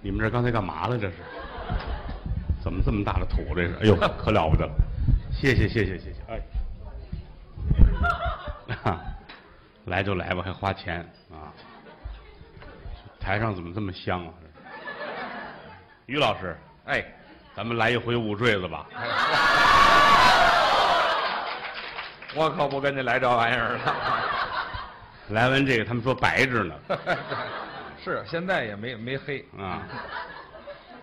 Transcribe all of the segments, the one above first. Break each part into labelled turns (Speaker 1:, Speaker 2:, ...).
Speaker 1: 你们这刚才干嘛了？这 是？怎么这么大的土？这是？哎呦，可了不得了！谢谢谢谢谢谢！ 哎，啊来就来吧，还花钱啊！台上怎么这么香啊？于老师，
Speaker 2: 哎，
Speaker 1: 咱们来一回捂坠子吧。
Speaker 2: 我可不跟你来这玩意儿了。
Speaker 1: 来完这个，他们说白着呢
Speaker 2: 是，现在也没没黑。
Speaker 1: 啊。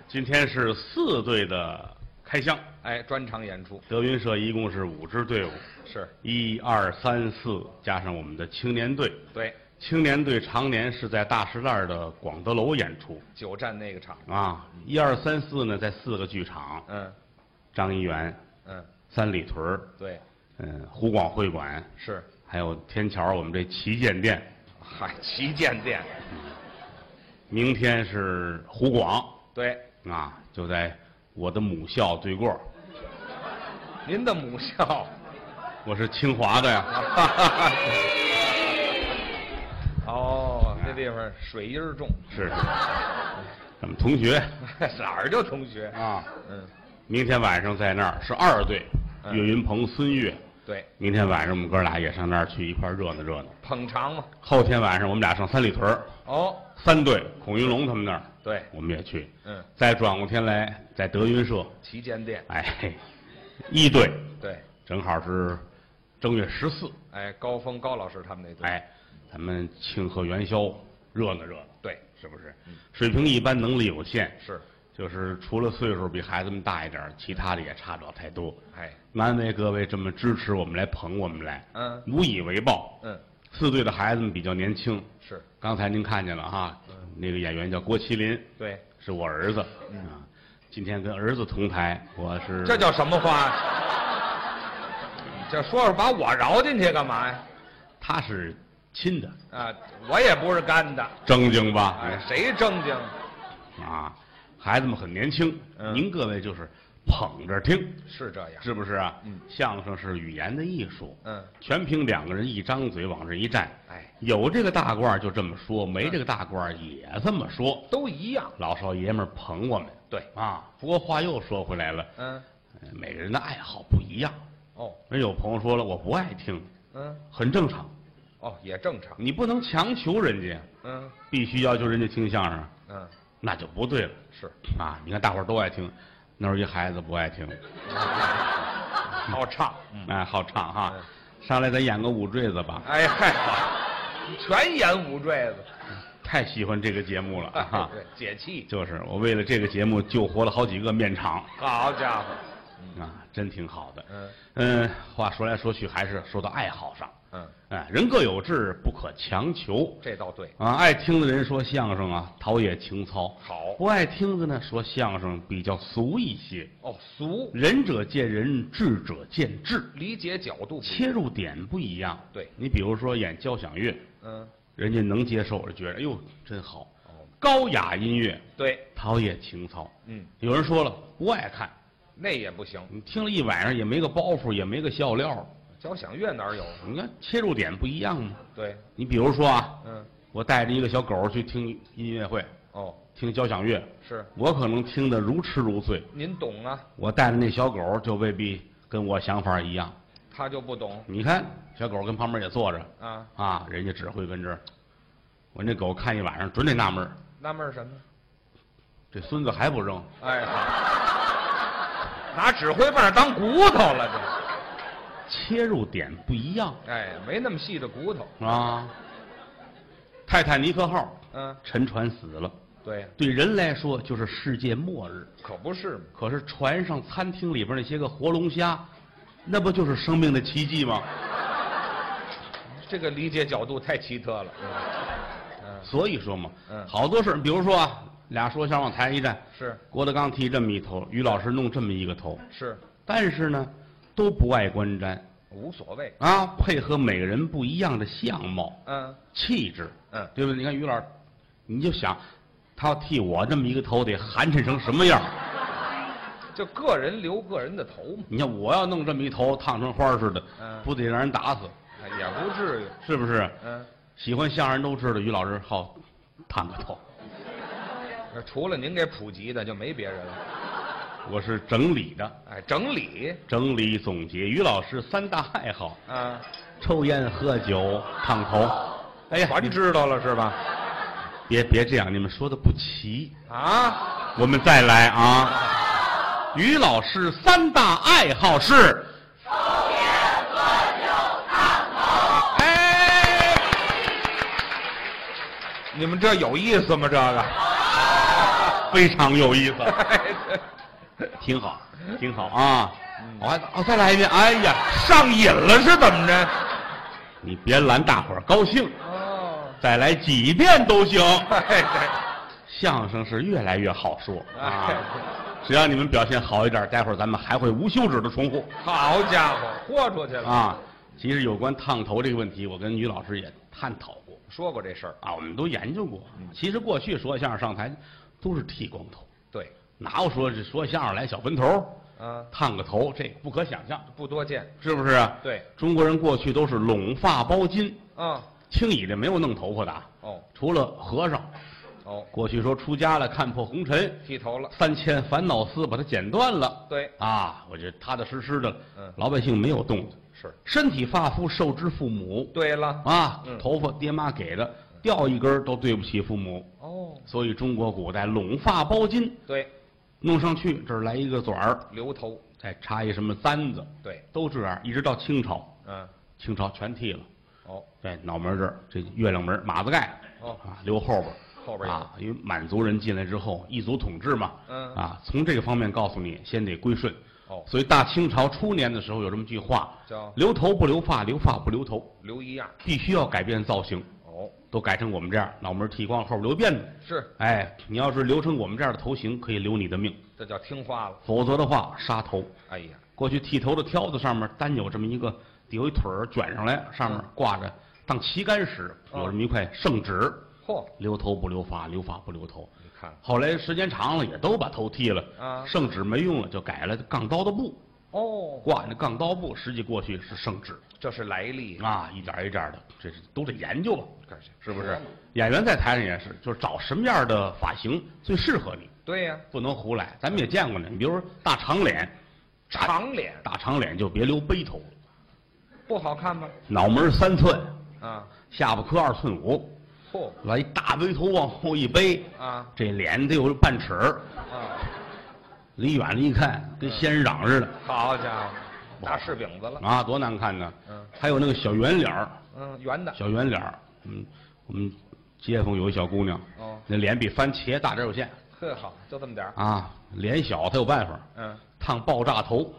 Speaker 1: 今天是四队的开箱，
Speaker 2: 哎，专场演出
Speaker 1: 德云社一共是五支队伍，
Speaker 2: 是
Speaker 1: 一二三四加上我们的青年队。
Speaker 2: 对
Speaker 1: 青年队常年是在大石栏的广德楼演出
Speaker 2: 九站那个场。
Speaker 1: 啊，一二三四呢在四个剧场，
Speaker 2: 嗯
Speaker 1: 张一元、
Speaker 2: 嗯，
Speaker 1: 三里屯儿
Speaker 2: 对，
Speaker 1: 嗯，湖广会馆，
Speaker 2: 是。
Speaker 1: 还有天桥我们这旗舰店。
Speaker 2: 嗨，旗舰店。
Speaker 1: 明天是湖广
Speaker 2: 对，
Speaker 1: 啊，就在我的母校对过儿，
Speaker 2: 您的母校。
Speaker 1: 我是清华的呀。
Speaker 2: 哦，这地方水音儿重，
Speaker 1: 是是，咱们同学
Speaker 2: 哪儿就同学？
Speaker 1: 啊，
Speaker 2: 嗯，
Speaker 1: 明天晚上在那儿是二队，
Speaker 2: 嗯
Speaker 1: 岳云鹏、孙越。
Speaker 2: 对，
Speaker 1: 明天晚上我们哥俩也上那儿去一块儿热闹热闹。
Speaker 2: 捧场嘛。
Speaker 1: 后天晚上我们俩上三里屯儿，
Speaker 2: 哦，
Speaker 1: 三队孔云龙他们那儿，
Speaker 2: 对，
Speaker 1: 我们也去。
Speaker 2: 嗯，
Speaker 1: 再转过天来，在德云社，
Speaker 2: 旗舰店。
Speaker 1: 哎， 嘿一队
Speaker 2: 对，
Speaker 1: 正好是正月十四，
Speaker 2: 哎，高峰高老师他们那队。，
Speaker 1: 哎，咱们庆贺元宵，热闹热闹，
Speaker 2: 对，
Speaker 1: 是不是？水平一般，能力有限，
Speaker 2: 是，
Speaker 1: 就是除了岁数比孩子们大一点儿，其他的也差不了太多。
Speaker 2: 哎，
Speaker 1: 难为各位这么支持我们来捧我们来，
Speaker 2: 嗯
Speaker 1: 无以为报。
Speaker 2: 嗯，
Speaker 1: 四队的孩子们比较年轻，
Speaker 2: 是
Speaker 1: 刚才您看见了哈，那个演员叫郭麒麟，
Speaker 2: 对，
Speaker 1: 是我儿子啊。今天跟儿子同台，我是
Speaker 2: 嗯这叫什么话呀？你这说说把我饶进去干嘛呀？
Speaker 1: 他是亲的，
Speaker 2: 啊，我也不是干的，
Speaker 1: 正经吧？
Speaker 2: 哎，谁正经？
Speaker 1: 啊，孩子们很年轻，
Speaker 2: 嗯
Speaker 1: 您各位就是捧着听，
Speaker 2: 是这样，
Speaker 1: 是不是啊？
Speaker 2: 嗯
Speaker 1: 相声是语言的艺术，
Speaker 2: 嗯，
Speaker 1: 全凭两个人一张嘴往这一站，
Speaker 2: 哎，
Speaker 1: 有这个大褂儿就这么
Speaker 2: 嗯
Speaker 1: 说，没这个大褂儿也这么说。
Speaker 2: 都一样，
Speaker 1: 老少爷们儿捧我们，
Speaker 2: 对
Speaker 1: 啊。不过话又说回来了，
Speaker 2: 嗯，
Speaker 1: 呃每个人的爱好不一样。
Speaker 2: 哦，
Speaker 1: 人有朋友说了，我不爱听，
Speaker 2: 嗯，
Speaker 1: 很正常，
Speaker 2: 哦，也正常，
Speaker 1: 你不能强求人家，
Speaker 2: 嗯
Speaker 1: 必须要求人家听相声，啊
Speaker 2: 嗯，
Speaker 1: 那就不对了
Speaker 2: 是，
Speaker 1: 啊！你看大伙儿都爱听，那儿一孩子不爱听，
Speaker 2: 好唱，
Speaker 1: 哎，好唱哈
Speaker 2: 嗯。
Speaker 1: 上来咱演个五坠子吧，
Speaker 2: 哎嗨，全演五坠子，
Speaker 1: 太喜欢这个节目了啊哈。
Speaker 2: 对，解气，
Speaker 1: 就是我为了这个节目救活了好几个面场
Speaker 2: 好家伙，
Speaker 1: 啊，真挺好的。
Speaker 2: 嗯
Speaker 1: 嗯，话说来说去还是说到爱好上，
Speaker 2: 嗯，
Speaker 1: 哎，人各有志，不可强求
Speaker 2: 这倒对，
Speaker 1: 啊。爱听的人说相声啊，陶冶情操；
Speaker 2: 好，
Speaker 1: 不爱听的呢，说相声比较俗一些。
Speaker 2: 哦，俗，
Speaker 1: 仁者见仁，智者见智，
Speaker 2: 理解角度不一样，
Speaker 1: 切入点不一样。
Speaker 2: 对
Speaker 1: 你比如说演交响乐，
Speaker 2: 嗯，
Speaker 1: 人家能接受，我就觉得哎呦真好。
Speaker 2: 哦，
Speaker 1: 高雅音乐
Speaker 2: 对，
Speaker 1: 陶冶情操。
Speaker 2: 嗯，
Speaker 1: 有人说了不爱看，
Speaker 2: 那也不行，
Speaker 1: 你听了一晚上也没个包袱，也没个笑料，
Speaker 2: 交响乐哪儿有？啊
Speaker 1: 你看切入点不一样嘛。
Speaker 2: 对，
Speaker 1: 你比如说啊，
Speaker 2: 嗯，
Speaker 1: 我带着一个小狗去听音乐会，
Speaker 2: 哦，
Speaker 1: 听交响乐，
Speaker 2: 是，
Speaker 1: 我可能听得如痴如醉，
Speaker 2: 您懂啊，
Speaker 1: 我带着那小狗就未必跟我想法一样。
Speaker 2: 他就不懂
Speaker 1: 你看，小狗跟旁边也坐着
Speaker 2: 啊，
Speaker 1: 啊，人家指挥跟这儿，我那狗看一晚上准得纳闷儿，
Speaker 2: 纳闷儿什么？
Speaker 1: 这孙子还不扔，
Speaker 2: 哎，好， 拿指挥棒当骨头了
Speaker 1: 切入点不一样
Speaker 2: 这，哎，没那么细的骨头，
Speaker 1: 啊。泰坦尼克号
Speaker 2: 嗯，
Speaker 1: 沉船死了，
Speaker 2: 对，
Speaker 1: 对人来说就是世界末日。
Speaker 2: 可不是嘛，
Speaker 1: 可是船上餐厅里边那些个活龙虾，那不就是生命的奇迹吗？
Speaker 2: 这个理解角度太奇特了，嗯，
Speaker 1: 所以说嘛，
Speaker 2: 嗯
Speaker 1: 好多事儿，比如说啊，俩说相声往台上一站，
Speaker 2: 是
Speaker 1: 郭德纲剃这么一头，于老师弄这么一个头，
Speaker 2: 是，
Speaker 1: 但是呢，都不爱观瞻
Speaker 2: 无所谓，
Speaker 1: 啊，配合每个人不一样的相貌、
Speaker 2: 嗯
Speaker 1: 气质，
Speaker 2: 嗯，
Speaker 1: 对不对？你看于老师，你就想，他要剃我这么一个头，得寒碜成什么样？
Speaker 2: 就个人留个人的头嘛，
Speaker 1: 你看我要弄这么一头，烫成花儿似的，
Speaker 2: 嗯
Speaker 1: 不得让人打死，
Speaker 2: 哎也不至于，
Speaker 1: 是不是？
Speaker 2: 嗯，
Speaker 1: 喜欢相声都知道，于老师好烫个头，
Speaker 2: 那除了您给普及的，就没别人了。
Speaker 1: 我是整理的，
Speaker 2: 哎，整理
Speaker 1: 整理总结。于老师三大爱好：
Speaker 2: 啊，
Speaker 1: 抽烟、喝酒、烫头。哎呀，
Speaker 2: 全知道了是吧？
Speaker 1: 别别这样，你们说的不齐。
Speaker 2: 啊，
Speaker 1: 我们再来啊！于老师三大爱好是
Speaker 2: 哎，你们这有意思吗？这个，
Speaker 1: 非常有意思，
Speaker 2: 哎
Speaker 1: 挺好，挺好啊！我还哦，再来一遍，哎呀，上瘾了！
Speaker 2: 这是怎么着？
Speaker 1: 你别拦大伙儿高兴，
Speaker 2: 哦，
Speaker 1: 再来几遍都行。
Speaker 2: 哎对，
Speaker 1: 相声是越来越好说啊
Speaker 2: 哎！
Speaker 1: 只要你们表现好一点，待会儿咱们还会无休止的重复
Speaker 2: 好家伙，豁出去了！
Speaker 1: 啊！其实有关烫头这个问题，我跟于老师也探讨过。
Speaker 2: 说过这事儿，
Speaker 1: 啊，我们都研究过。
Speaker 2: 嗯
Speaker 1: 其实过去说相声上台都是剃光头，
Speaker 2: 对，
Speaker 1: 哪有说是说相声来小分头、
Speaker 2: 啊，
Speaker 1: 烫个头，这不可想象，
Speaker 2: 不多见，
Speaker 1: 是不是啊？
Speaker 2: 对，
Speaker 1: 中国人过去都是拢发包巾，
Speaker 2: 啊，
Speaker 1: 清以的没有弄头发的啊，
Speaker 2: 哦，
Speaker 1: 除了和尚。
Speaker 2: 哦，
Speaker 1: 过去说出家了看破红尘，
Speaker 2: 剃头了，
Speaker 1: 三千烦恼丝把它剪断了。
Speaker 2: 对，
Speaker 1: 啊，我觉得踏踏实实的了，
Speaker 2: 嗯
Speaker 1: 老百姓没有动的，
Speaker 2: 是，
Speaker 1: 身体发肤受之父母，
Speaker 2: 对了，
Speaker 1: 啊，
Speaker 2: 嗯
Speaker 1: 头发爹妈给的，掉一根儿都对不起父母。
Speaker 2: 哦，
Speaker 1: 所以中国古代拢发包巾，
Speaker 2: 对，
Speaker 1: 弄上去这儿来一个嘴儿，
Speaker 2: 留头，
Speaker 1: 再插一什么簪子，
Speaker 2: 对，
Speaker 1: 都这样，一直到清朝，
Speaker 2: 嗯，
Speaker 1: 清朝全剃了。
Speaker 2: 哦，
Speaker 1: 对，脑门这儿，这边儿马子盖，
Speaker 2: 哦
Speaker 1: 啊，留后边儿，
Speaker 2: 后边有
Speaker 1: 啊，因为满族人进来之后，异族统治嘛，
Speaker 2: 嗯
Speaker 1: 啊，从这个方面告诉你，先得归顺。
Speaker 2: 哦，
Speaker 1: 所以大清朝初年的时候有这么句话：
Speaker 2: 叫
Speaker 1: 留头不留发，留发不留头，
Speaker 2: 留一样，
Speaker 1: 必须要改变造型，
Speaker 2: 哦，
Speaker 1: 都改成我们这样，脑门剃光，后边留辫子。
Speaker 2: 是，
Speaker 1: 哎，你要是留成我们这样的头型，可以留你的命；
Speaker 2: 这叫听话了。
Speaker 1: 否则的话，杀头。
Speaker 2: 哎呀，
Speaker 1: 过去剃头的挑子上面单有这么一个，底有一腿儿卷上来，上面挂着当旗杆使，
Speaker 2: 哦
Speaker 1: 有这么一块圣旨，
Speaker 2: 嚯，
Speaker 1: 留头不留发，留发不留头。
Speaker 2: 你看，
Speaker 1: 后来时间长了，也都把头剃了，
Speaker 2: 啊
Speaker 1: 圣旨没用了，就改了杠刀的布，
Speaker 2: 哦，
Speaker 1: 挂那杠刀布，实际过去是圣旨
Speaker 2: 这是来历，
Speaker 1: 啊，一点一点的，这是都得研究吧，
Speaker 2: 干什么
Speaker 1: 是不是？演员在台上也是，就是找什么样的发型最适合你。
Speaker 2: 对呀、
Speaker 1: 不能胡来。咱们也见过呢，你比如说大长脸，大
Speaker 2: 长脸
Speaker 1: 大长脸就别留背头，
Speaker 2: 不好看吗？
Speaker 1: 脑门三寸，
Speaker 2: 啊，
Speaker 1: 下巴磕二寸五，
Speaker 2: 嚯，
Speaker 1: 来一大背头往后一背，
Speaker 2: 啊
Speaker 1: 这脸得有半尺，
Speaker 2: 啊，
Speaker 1: 离远了一看跟仙人掌似的
Speaker 2: 好家伙，大柿饼子了，
Speaker 1: 啊，多难看呢！
Speaker 2: 嗯
Speaker 1: 还有那个小圆脸儿
Speaker 2: 嗯，圆的，
Speaker 1: 小圆脸儿嗯，我们街坊有一小姑娘，
Speaker 2: 哦，
Speaker 1: 那脸比番茄大点儿有限
Speaker 2: 呵好，就这么点儿，
Speaker 1: 啊，脸小她有办法，
Speaker 2: 嗯，
Speaker 1: 烫爆炸头，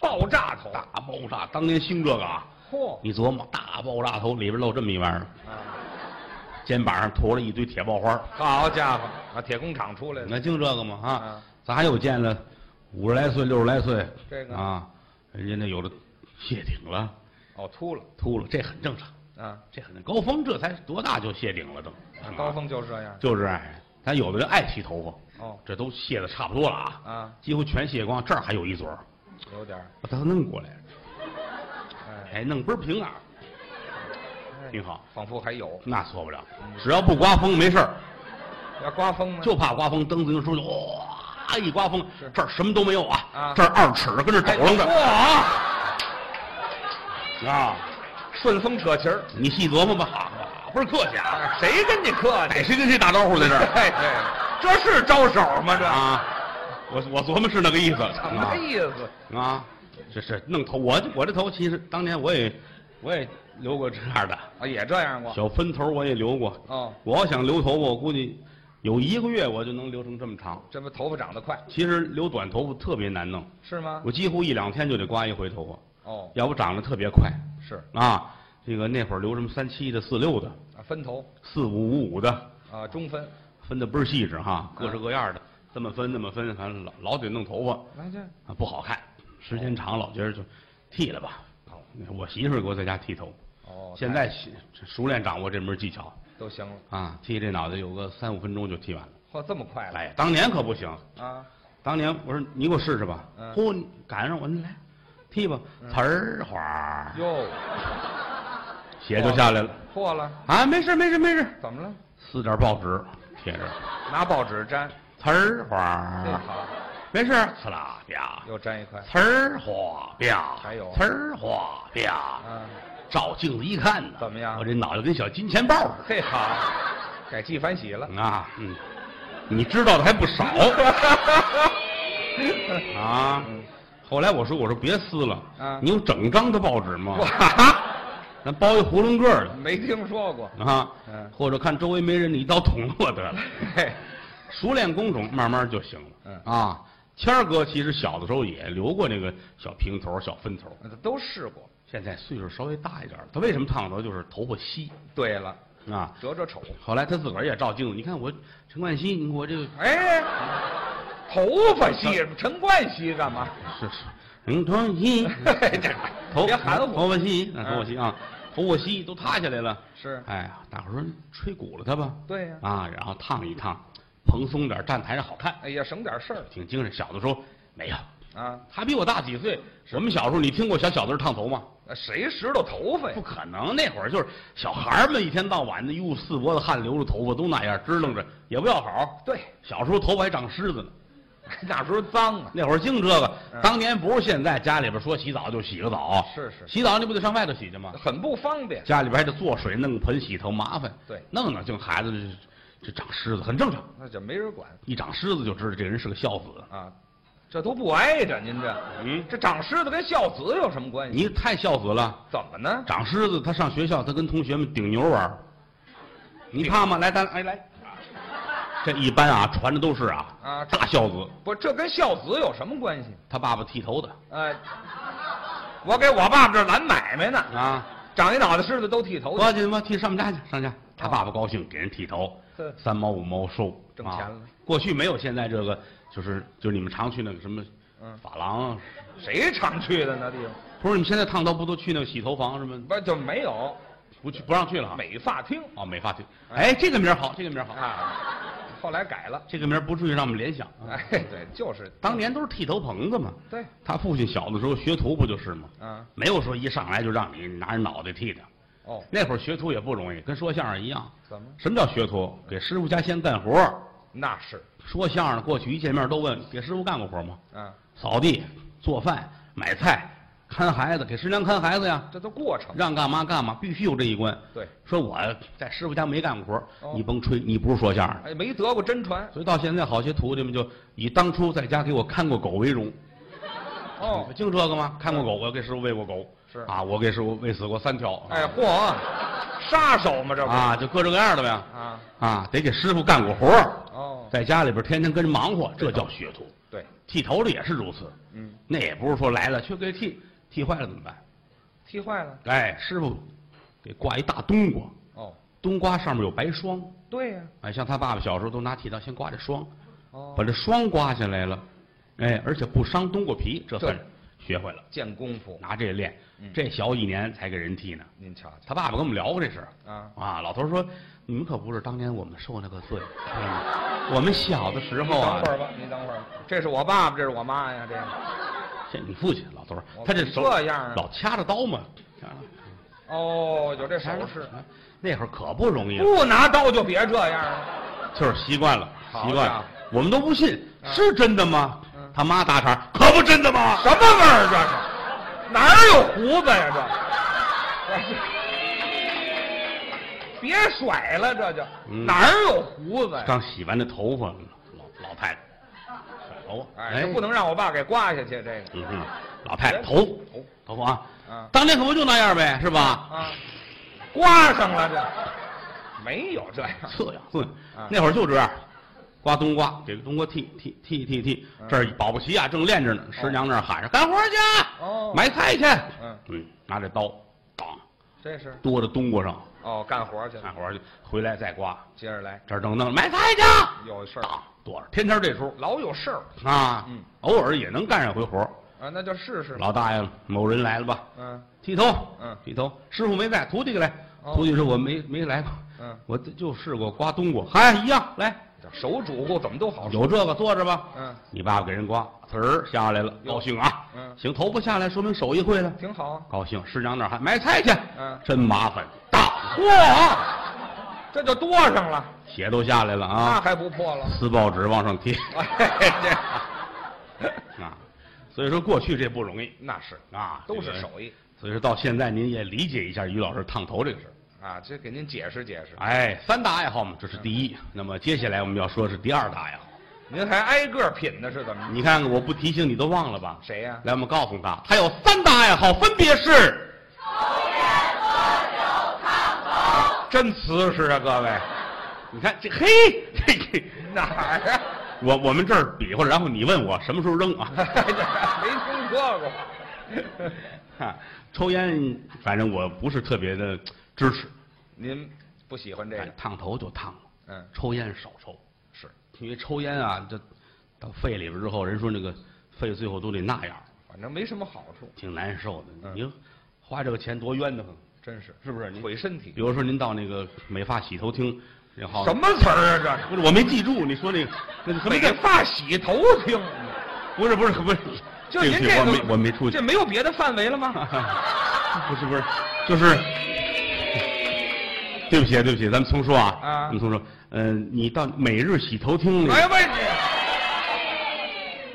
Speaker 2: 爆炸头，
Speaker 1: 大爆炸，当年兴这个啊。
Speaker 2: 嚯，
Speaker 1: 你琢磨，大爆炸头里边露这么一玩意儿，
Speaker 2: 啊，
Speaker 1: 肩膀上驮了一堆铁爆花儿，
Speaker 2: 好家伙，啊，铁工厂出来
Speaker 1: 你
Speaker 2: 的，
Speaker 1: 看净这个吗？啊
Speaker 2: 啊，
Speaker 1: 咱还有见了五十来岁、六十来岁，
Speaker 2: 这个
Speaker 1: 啊，人家那有的谢顶了、
Speaker 2: 哦，秃了，
Speaker 1: 秃了，这很正常，
Speaker 2: 啊，
Speaker 1: 这很高峰，这才多大就谢顶了都
Speaker 2: 啊，高峰就这样，
Speaker 1: 就是哎，咱有的人爱剃头发，
Speaker 2: 哦，
Speaker 1: 这都卸的差不多了啊，
Speaker 2: 啊，
Speaker 1: 几乎全卸光，这儿还有一撮儿，
Speaker 2: 有点儿，
Speaker 1: 把它弄过来，
Speaker 2: 哎，
Speaker 1: 哎，弄倍儿平啊，
Speaker 2: 哎
Speaker 1: 挺好，
Speaker 2: 仿佛还有，
Speaker 1: 那错不了，只要不刮风没事儿。
Speaker 2: 要刮风呢，
Speaker 1: 就怕刮风，蹬自行车就哇一刮风
Speaker 2: 是，
Speaker 1: 这儿什么都没有啊，
Speaker 2: 啊哎
Speaker 1: 这儿二尺跟这抖楞着、
Speaker 2: 哇，
Speaker 1: 啊！
Speaker 2: 顺风扯旗儿，
Speaker 1: 你细琢磨吧，啊不是客气啊，
Speaker 2: 啊谁跟你客
Speaker 1: 逮
Speaker 2: 气？
Speaker 1: 谁跟谁打招呼在这儿
Speaker 2: 哎对， 这是招手吗？这
Speaker 1: 啊？我我琢磨是那个意思
Speaker 2: 什么意思？
Speaker 1: 啊啊！这是弄头，我我这头其实当年我也我也留过这样的
Speaker 2: 啊，也这样过。
Speaker 1: 小分头，我也留过。
Speaker 2: 哦，
Speaker 1: 我要想留头发，我估计有一个月我就能留成这么长。
Speaker 2: 这不头发长得快
Speaker 1: 其实留短头发特别难弄，
Speaker 2: 是吗？
Speaker 1: 我几乎一两天就得刮一回头发。啊
Speaker 2: 哦，
Speaker 1: 要不长得特别快
Speaker 2: 是
Speaker 1: 啊。这个那会儿留什么三七的、四六的、
Speaker 2: 啊，分头
Speaker 1: 四五五五的，
Speaker 2: 啊，中分。
Speaker 1: 分的倍儿细致哈，各式各样的，这么分那么分，反正老老得弄头发
Speaker 2: 来这，
Speaker 1: 啊，不好看。时间长了，老觉得就剃了吧。
Speaker 2: 好
Speaker 1: 我媳妇儿给我在家剃头，
Speaker 2: 哦，
Speaker 1: 现在习熟练掌握这门技巧
Speaker 2: 都行了。
Speaker 1: 啊，剃这脑袋有个三五分钟就剃完了。
Speaker 2: 嚯，这么快了
Speaker 1: 哎，当年可不行，
Speaker 2: 啊？
Speaker 1: 当年我说你给我试试吧，
Speaker 2: 嗯
Speaker 1: 嚯、你赶上我你来剃吧，呲儿花儿
Speaker 2: 哟，
Speaker 1: 血就下来了
Speaker 2: 破了，
Speaker 1: 啊，没事没事没事，
Speaker 2: 怎么了？
Speaker 1: 撕点报纸贴着，
Speaker 2: 拿报纸粘，
Speaker 1: 呲儿花
Speaker 2: 这
Speaker 1: 儿，
Speaker 2: 好，
Speaker 1: 没事儿，呲啦啪，
Speaker 2: 又粘一块。
Speaker 1: 呲儿花啪，
Speaker 2: 还有
Speaker 1: 呲儿花啪，
Speaker 2: 啊，
Speaker 1: 照镜子一看呢，
Speaker 2: 怎么样
Speaker 1: 我这脑袋跟小金钱豹似
Speaker 2: 嘿好，改纪反洗了。
Speaker 1: 的啊，嗯，你知道的还 不少啊。后来我说，我说别撕了，
Speaker 2: 啊
Speaker 1: 你有整张的报纸 吗？
Speaker 2: 哇，
Speaker 1: 咱包一囫囵个儿
Speaker 2: 没听说过。
Speaker 1: 的啊，
Speaker 2: 嗯
Speaker 1: 或者看周围没人，你一刀捅了我得了。
Speaker 2: 嘿，
Speaker 1: 熟练工种，慢慢就行了。
Speaker 2: 嗯
Speaker 1: 啊，谦儿哥其实小的时候也留过那个小平头、小分头，
Speaker 2: 那都试过。
Speaker 1: 现在岁数稍微大一点儿，他为什么烫头？就是头发稀
Speaker 2: 对了，
Speaker 1: 啊。
Speaker 2: 折折丑。
Speaker 1: 后来他自个儿也照镜子，你看我陈冠希，你我这个
Speaker 2: 哎，头发稀，陈冠希干嘛？，
Speaker 1: 是是陈冠希 头
Speaker 2: 别含糊
Speaker 1: 头发稀，
Speaker 2: 嗯
Speaker 1: 啊头发稀啊，头发稀都塌下来了。
Speaker 2: 是
Speaker 1: 哎呀，大伙儿说吹鼓了他吧，
Speaker 2: 对呀
Speaker 1: 啊，然后烫一烫，蓬松点儿，站台上好看，
Speaker 2: 哎呀，省点事儿
Speaker 1: 挺精神。小的时候没有，
Speaker 2: 啊！
Speaker 1: 他比我大几岁。我们小时候，你听过小小子儿烫头吗？
Speaker 2: 谁拾掇头发呀
Speaker 1: 不？可能，那会儿就是小孩儿们一天到晚的，哟，四脖子汗流着头发都那样支棱着，也不要好。
Speaker 2: 对，
Speaker 1: 小时候头发还长虱子呢，
Speaker 2: 那时候脏啊。
Speaker 1: 那会儿净这个。
Speaker 2: 嗯
Speaker 1: 当年不是现在家里边说洗澡就洗个澡，
Speaker 2: 是是
Speaker 1: 洗澡你不得上外头洗去吗？
Speaker 2: 很不方便。
Speaker 1: 家里边还得做水弄个盆洗头，麻烦。
Speaker 2: 对
Speaker 1: 弄弄净孩子这这长虱子很正常，
Speaker 2: 那就没人管
Speaker 1: 一长虱子就知道这人是个孝子。
Speaker 2: 啊，这都不挨着您这，
Speaker 1: 嗯，
Speaker 2: 这长虱子跟孝子有什么关系？
Speaker 1: 你太孝子了。
Speaker 2: 怎么呢？
Speaker 1: 长虱子，他上学校，他跟同学们顶牛玩儿你怕吗？来，咱哎来，这一般啊，传的都是啊，
Speaker 2: 啊
Speaker 1: 大孝子，
Speaker 2: 不，这跟孝子有什么关系？
Speaker 1: 他爸爸剃头的
Speaker 2: 哎，我给我爸爸这儿揽买卖呢，
Speaker 1: 啊，
Speaker 2: 长一脑袋虱子都剃头去
Speaker 1: 不紧吧，剃上我们家去，上家。他爸爸高兴，给人剃头
Speaker 2: 呵，
Speaker 1: 三毛五毛收，
Speaker 2: 挣钱
Speaker 1: 啊
Speaker 2: 了
Speaker 1: 过去没有现在这个，就是就是你们常去那个什么
Speaker 2: 嗯
Speaker 1: 发廊啊，
Speaker 2: 谁常去的那地方？
Speaker 1: 不是你们现在烫头不都去那个洗头房什么？
Speaker 2: 不就没有
Speaker 1: 不去不让去了啊？
Speaker 2: 美发厅
Speaker 1: 哦，美发厅。哎，这个名儿好，这个名儿好，
Speaker 2: 啊？后来改了。
Speaker 1: 这个名儿不至于让我们联想啊。
Speaker 2: 哎，对，就是
Speaker 1: 当年都是剃头棚子嘛。
Speaker 2: 对，
Speaker 1: 他父亲小的时候学徒不就是吗？
Speaker 2: 啊，
Speaker 1: 没有说一上来就让你拿着脑袋剃的。
Speaker 2: 哦，
Speaker 1: 那会儿学徒也不容易，跟说相声一样。
Speaker 2: 怎么？
Speaker 1: 什么叫学徒？给师傅家先干活儿。
Speaker 2: 那是
Speaker 1: 说相声过去一见面都问：给师傅干过活吗？
Speaker 2: 啊，
Speaker 1: 扫地、做饭、买菜、看孩子，给师娘看孩子呀，
Speaker 2: 这都过程。
Speaker 1: 让干嘛干嘛，必须有这一关。
Speaker 2: 对，
Speaker 1: 说我在师傅家没干过活儿，
Speaker 2: 哦
Speaker 1: 你甭吹，你不是说相声的。
Speaker 2: 哎，没得过真传
Speaker 1: 所以到现在，好些徒弟们就以当初在家给我看过狗为荣。
Speaker 2: 哦
Speaker 1: 你。净这个吗？看过狗，我给师傅喂过狗，
Speaker 2: 是
Speaker 1: 啊，我给师傅喂死过三条，
Speaker 2: 哎，嚯，啊杀手嘛，这不是
Speaker 1: 啊，就各种各样的呗，
Speaker 2: 啊，
Speaker 1: 啊，得给师傅干过活儿
Speaker 2: 哦，
Speaker 1: 在家里边天天跟人忙活，这叫学徒。
Speaker 2: 对，
Speaker 1: 剃头的也是如此，
Speaker 2: 嗯，
Speaker 1: 那也不是说来了去给剃，剃坏了怎么办？
Speaker 2: 踢坏了，
Speaker 1: 哎，师傅给挂一大冬瓜，
Speaker 2: 哦，
Speaker 1: 冬瓜上面有白霜，
Speaker 2: 对呀，
Speaker 1: 哎，像他爸爸小时候都拿剃刀先刮这霜，把
Speaker 2: 哦，
Speaker 1: 这霜刮下来了，哎，而且不伤冬瓜皮，这算
Speaker 2: 对
Speaker 1: 学会了，
Speaker 2: 见功夫，
Speaker 1: 拿这练
Speaker 2: 嗯，
Speaker 1: 这小一年才给人剃呢。
Speaker 2: 您瞧瞧
Speaker 1: 他爸爸跟我们聊过这事儿
Speaker 2: 啊，
Speaker 1: 啊，老头儿说你们可不是当年我们受那个罪，知道吗我们小的时候啊
Speaker 2: 你等会，儿吧，你等会儿吧，这是我爸爸，这是我妈呀，这个，
Speaker 1: 这你父亲老头儿
Speaker 2: 我，
Speaker 1: 他这手
Speaker 2: 这样啊
Speaker 1: 老掐着刀嘛，掐着
Speaker 2: 哦，有这手势，
Speaker 1: 哎那会儿可不容易了，
Speaker 2: 不拿刀就别这样了，
Speaker 1: 就是习惯了，
Speaker 2: 好
Speaker 1: 习惯
Speaker 2: 家伙
Speaker 1: 了，我们都不信
Speaker 2: 啊
Speaker 1: 是真的吗
Speaker 2: 嗯？
Speaker 1: 他妈搭茬，可不真的吗？
Speaker 2: 什么味儿这是？哪儿有胡子呀这？这 别甩了，这就
Speaker 1: 嗯
Speaker 2: 哪儿有胡子呀？
Speaker 1: 刚洗完这头发，老老太太，头发，
Speaker 2: 哎，这不能让我爸给刮下去，这个
Speaker 1: 嗯哼，老太太头
Speaker 2: 头
Speaker 1: 头发啊，
Speaker 2: 啊
Speaker 1: 当年可不就那样呗，是吧？
Speaker 2: 啊，刮上了这，没有这样
Speaker 1: 刺痒刺痒
Speaker 2: 啊，
Speaker 1: 那会儿就这样，刮冬瓜，给冬瓜剃剃剃剃剃
Speaker 2: 嗯，
Speaker 1: 这儿保不齐啊，正练着呢，师娘那儿喊着干活去，
Speaker 2: 哦
Speaker 1: 买菜去，
Speaker 2: 嗯
Speaker 1: 嗯，拿着刀，当
Speaker 2: 这是
Speaker 1: 剁着冬瓜上
Speaker 2: 哦，干活去了
Speaker 1: 干，活去，回来再刮，
Speaker 2: 接着来，
Speaker 1: 这儿正弄着买菜去，
Speaker 2: 有事儿，
Speaker 1: 当剁着，天天这出
Speaker 2: 老有事儿
Speaker 1: 啊
Speaker 2: 嗯，
Speaker 1: 偶尔也能干上回活。
Speaker 2: 啊，那就试试，
Speaker 1: 老大爷，某人来了吧？
Speaker 2: 嗯
Speaker 1: 剃头，
Speaker 2: 嗯
Speaker 1: 剃头，师傅没在，徒弟来。
Speaker 2: 哦
Speaker 1: 徒弟说我没没来过，
Speaker 2: 嗯，
Speaker 1: 我就试过刮冬瓜，嗨，一样来，
Speaker 2: 这手主顾怎么都好使，
Speaker 1: 有这个坐着吧。
Speaker 2: 嗯，
Speaker 1: 你爸爸给人刮，呲儿下来了，
Speaker 2: 哟
Speaker 1: 高兴啊！
Speaker 2: 嗯
Speaker 1: 行，头发下来，说明手艺会了，
Speaker 2: 挺好啊，
Speaker 1: 高兴。师娘那儿还买菜去，
Speaker 2: 嗯
Speaker 1: 真麻烦，大
Speaker 2: 嚯，这就多上了，
Speaker 1: 血都下来了
Speaker 2: 那
Speaker 1: 啊！
Speaker 2: 还不破 了？
Speaker 1: 撕报纸往上贴
Speaker 2: 哎，
Speaker 1: 啊，所以说过去这不容易
Speaker 2: 那是
Speaker 1: 啊，
Speaker 2: 都
Speaker 1: 这
Speaker 2: 是
Speaker 1: 个
Speaker 2: 手艺
Speaker 1: 所以说到现在您也理解一下于老师烫头这个事儿。
Speaker 2: 啊，这给您解释解释。
Speaker 1: 哎，三大爱好嘛，这是第
Speaker 2: 嗯
Speaker 1: 一。那么接下来我们要说是第二大爱好。
Speaker 2: 您还挨个品呢，是怎么着？
Speaker 1: 你看看，我不提醒你都忘了吧？
Speaker 2: 谁啊呀、
Speaker 1: 来，我们告诉他，他有三大爱好，分别是抽烟、喝酒、烫头。真瓷实啊， 各位！你看这，嘿，嘿嘿
Speaker 2: 哪儿啊？
Speaker 1: 我我们这儿比划，然后你问我什么时候扔啊？
Speaker 2: 没听说过。
Speaker 1: 哈抽烟，反正我不是特别的支持。
Speaker 2: 您不喜欢这
Speaker 1: 哎
Speaker 2: 个？，
Speaker 1: 烫头就烫了，
Speaker 2: 嗯，
Speaker 1: 抽烟少抽，
Speaker 2: 是
Speaker 1: 因为抽烟啊，这到肺里边之后，人说那个肺最后都得那样，
Speaker 2: 反正没什么好处，
Speaker 1: 挺难受的。
Speaker 2: 嗯
Speaker 1: 你花这个钱多冤得很，
Speaker 2: 真是
Speaker 1: 是不是？你
Speaker 2: 毁身体
Speaker 1: 比。如说您到那个美发洗头厅，然后
Speaker 2: 什？么词儿啊？
Speaker 1: 不是，我没记住。你说那个那 个
Speaker 2: 这
Speaker 1: 什
Speaker 2: 美
Speaker 1: 么叫？
Speaker 2: 发洗头听，
Speaker 1: 不是不是不是，
Speaker 2: 就
Speaker 1: 对
Speaker 2: 您
Speaker 1: 不起
Speaker 2: 这
Speaker 1: 我
Speaker 2: 个
Speaker 1: 没我没出去
Speaker 2: 这。没有别的范围了吗？
Speaker 1: 不是不是，就是，对不起对不起，咱们重说啊，
Speaker 2: 啊
Speaker 1: 咱们重说。嗯、你到每日洗头厅那个，
Speaker 2: 哎呀喂，你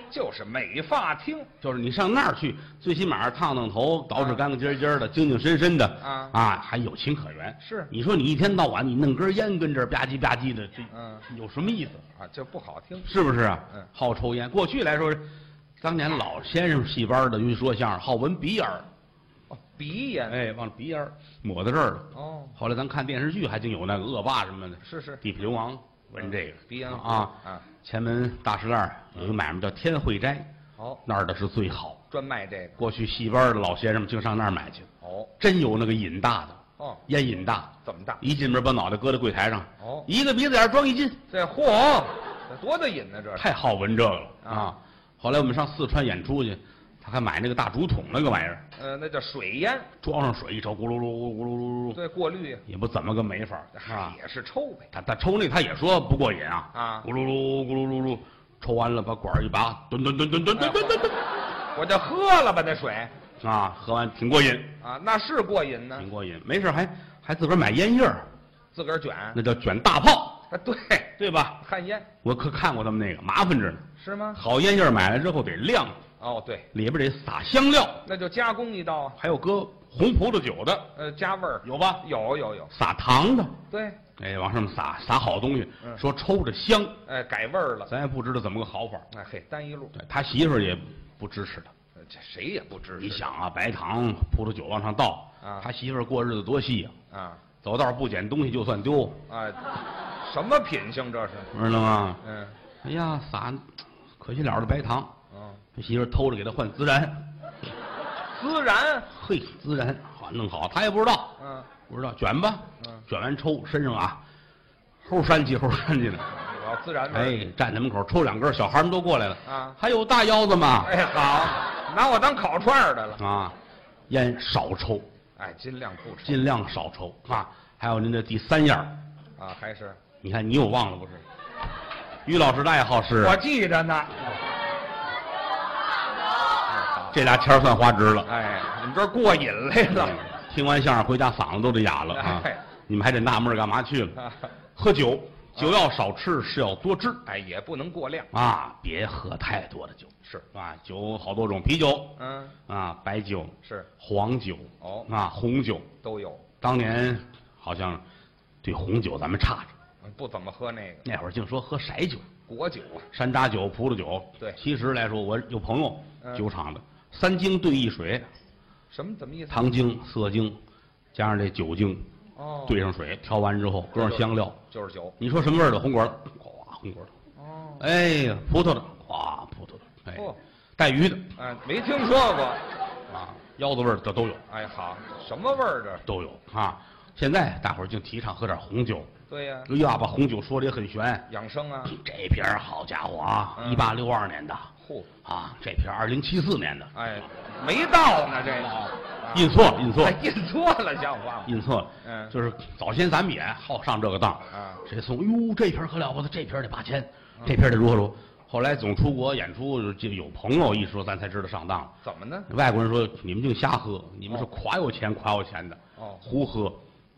Speaker 2: 就是美发厅，
Speaker 1: 就是你上那儿去，最起码烫烫头，捯饬干干净净的，精精神神的，
Speaker 2: 啊
Speaker 1: 还有情可原。
Speaker 2: 是
Speaker 1: 你说你一天到晚你弄根烟跟这儿吧唧吧唧的，这
Speaker 2: 嗯
Speaker 1: 有什么意思？
Speaker 2: 啊，这不好听。
Speaker 1: 是不是啊？
Speaker 2: 嗯
Speaker 1: 好抽烟。过去来说，当年老先生戏班的，尤其说相声，好闻鼻眼儿，
Speaker 2: 哦，鼻炎。
Speaker 1: 哎，往鼻眼儿抹到这儿了。
Speaker 2: 哦，
Speaker 1: 后来咱看电视剧，还竟有那个恶霸什么的，
Speaker 2: 是是
Speaker 1: 地痞流氓闻这个
Speaker 2: 鼻炎
Speaker 1: 啊
Speaker 2: 啊
Speaker 1: 前门大石栏儿
Speaker 2: 嗯
Speaker 1: 有一个买卖叫天惠斋，
Speaker 2: 好，
Speaker 1: 那儿的是最好。
Speaker 2: 专卖这个。
Speaker 1: 过去戏班的老先生们净上那儿买去，
Speaker 2: 哦
Speaker 1: 真有那个瘾大的，
Speaker 2: 哦，
Speaker 1: 烟瘾大，
Speaker 2: 怎么大？
Speaker 1: 一进门把脑袋搁在柜台上，
Speaker 2: 哦，
Speaker 1: 一个鼻子眼儿装一斤，
Speaker 2: 这嚯，这多大瘾呢？这是
Speaker 1: 太好闻这个了
Speaker 2: 啊
Speaker 1: 啊！后来我们上四川演出去，他还买那个大竹筒那个玩意儿，
Speaker 2: 呃，那叫水烟，
Speaker 1: 装上水一抽，咕噜噜咕噜噜噜噜，
Speaker 2: 对，过滤
Speaker 1: 也不怎么个没法儿，是啊吧？
Speaker 2: 也是抽呗。
Speaker 1: 他他抽那他也说不过瘾啊，
Speaker 2: 啊
Speaker 1: 咕噜噜咕噜噜噜，抽完了把管儿一拔，吨吨吨吨吨吨吨吨
Speaker 2: 我就喝了吧，那水
Speaker 1: 吨，啊，喝完挺过瘾，
Speaker 2: 啊，那是过瘾呢
Speaker 1: 挺。过瘾，没事儿还还自个儿买烟叶儿，
Speaker 2: 自个儿卷，啊，
Speaker 1: 那叫卷大炮，
Speaker 2: 对，
Speaker 1: 对吧？
Speaker 2: 旱烟
Speaker 1: 我可看过他们那个，麻烦着呢。
Speaker 2: 是吗？
Speaker 1: 好烟叶儿买来之后得晾，
Speaker 2: 哦，对，
Speaker 1: 里边得撒香料，
Speaker 2: 那就加工一道啊，
Speaker 1: 还有搁红葡萄酒的，
Speaker 2: 呃，加味儿，
Speaker 1: 有吧？
Speaker 2: 有有有，
Speaker 1: 撒糖的，
Speaker 2: 对，
Speaker 1: 哎，往上面撒撒好东西，
Speaker 2: 嗯
Speaker 1: 说抽着香，
Speaker 2: 哎，改味儿了。
Speaker 1: 咱也不知道怎么个好法儿。
Speaker 2: 哎嘿，单一路，
Speaker 1: 对他媳妇儿也不支持他。
Speaker 2: 呃这谁也不支持。
Speaker 1: 你想啊，白糖、葡萄酒往上倒，
Speaker 2: 啊
Speaker 1: 他媳妇儿过日子多细呀、
Speaker 2: 啊
Speaker 1: 走道不捡东西就算丢，
Speaker 2: 啊，什么品性这是？
Speaker 1: 知道吗？
Speaker 2: 嗯
Speaker 1: 哎呀，撒，可惜了的白糖，
Speaker 2: 嗯，
Speaker 1: 他媳妇儿偷着给他换孜然，
Speaker 2: 孜然，
Speaker 1: 嘿，孜然好弄好，他也不知道，
Speaker 2: 嗯，
Speaker 1: 不知道卷吧，
Speaker 2: 嗯
Speaker 1: 卷完抽身上啊，齁扇气齁扇气的，
Speaker 2: 我要孜然味儿。
Speaker 1: 哎，站在门口抽两根，小孩们都过来了
Speaker 2: 嗯啊
Speaker 1: 还有大腰子吗？
Speaker 2: 哎，好，拿我当烤串儿的了。
Speaker 1: 啊，烟少抽，
Speaker 2: 哎，尽量不吃
Speaker 1: 尽量少抽啊。还有您的第三样儿，
Speaker 2: 啊，还是
Speaker 1: 你看你又忘了不是？于老师的爱好是
Speaker 2: 我记 着呢。
Speaker 1: 这俩钱儿算花值了。
Speaker 2: 哎，你们这儿过瘾来了。
Speaker 1: 听完相声回家嗓子都得哑了啊
Speaker 2: 啊哎！啊
Speaker 1: 你们还得纳闷儿干嘛去了？喝酒，酒要少吃，是要多吃
Speaker 2: 哎，也不能过量。
Speaker 1: 啊！别喝太多的酒，
Speaker 2: 是，
Speaker 1: 啊，酒好多种，啤酒
Speaker 2: 嗯，
Speaker 1: 啊，白酒、
Speaker 2: 是，
Speaker 1: 黄酒
Speaker 2: 哦，
Speaker 1: 啊，红酒。
Speaker 2: 都有，
Speaker 1: 当年好像对红酒咱们差着，
Speaker 2: 不怎么喝那个
Speaker 1: 那会儿净说喝色酒，
Speaker 2: 果酒啊。
Speaker 1: 山楂酒、葡萄酒。
Speaker 2: 对
Speaker 1: 其实来说，我有朋友
Speaker 2: 嗯
Speaker 1: 酒厂的，三精兑一水，
Speaker 2: 什么？怎么意思？
Speaker 1: 糖精、色精，加上这酒精，
Speaker 2: 哦，
Speaker 1: 兑上水，调完之后搁上香料。
Speaker 2: 就是酒。
Speaker 1: 你说什么味儿的？红果儿的，哗，红果儿的。
Speaker 2: 哦，
Speaker 1: 哎呀，葡萄的，哗，葡萄的。哎
Speaker 2: 哦，
Speaker 1: 带鱼的
Speaker 2: 哎，没听说过。
Speaker 1: 啊，腰子味儿的都有，
Speaker 2: 哎，好，什么味儿这是？
Speaker 1: 都有啊。现在大伙儿净提倡喝点红酒，
Speaker 2: 对呀，
Speaker 1: 哎呀，把红酒说的也很悬。
Speaker 2: 养生啊。
Speaker 1: 这瓶儿好家伙啊，
Speaker 2: 嗯
Speaker 1: 一八六二年的
Speaker 2: 嚯，
Speaker 1: 啊，这瓶二零七四年的，
Speaker 2: 哎，没到呢这个。
Speaker 1: 嗯印错了，印错
Speaker 2: 哎
Speaker 1: 了，
Speaker 2: 印错了，像话吗？
Speaker 1: 印错了。
Speaker 2: 嗯
Speaker 1: 就是早先咱们也好上这个当，
Speaker 2: 啊，
Speaker 1: 谁送？哟，这瓶可了不得，这瓶得八千，这瓶得如何如何。啊后来总出国演出，就有朋友一说，咱才知道上当了。
Speaker 2: 怎么呢？
Speaker 1: 外国人说你们净瞎喝，你们是垮有钱垮有钱的，
Speaker 2: 哦
Speaker 1: 胡喝。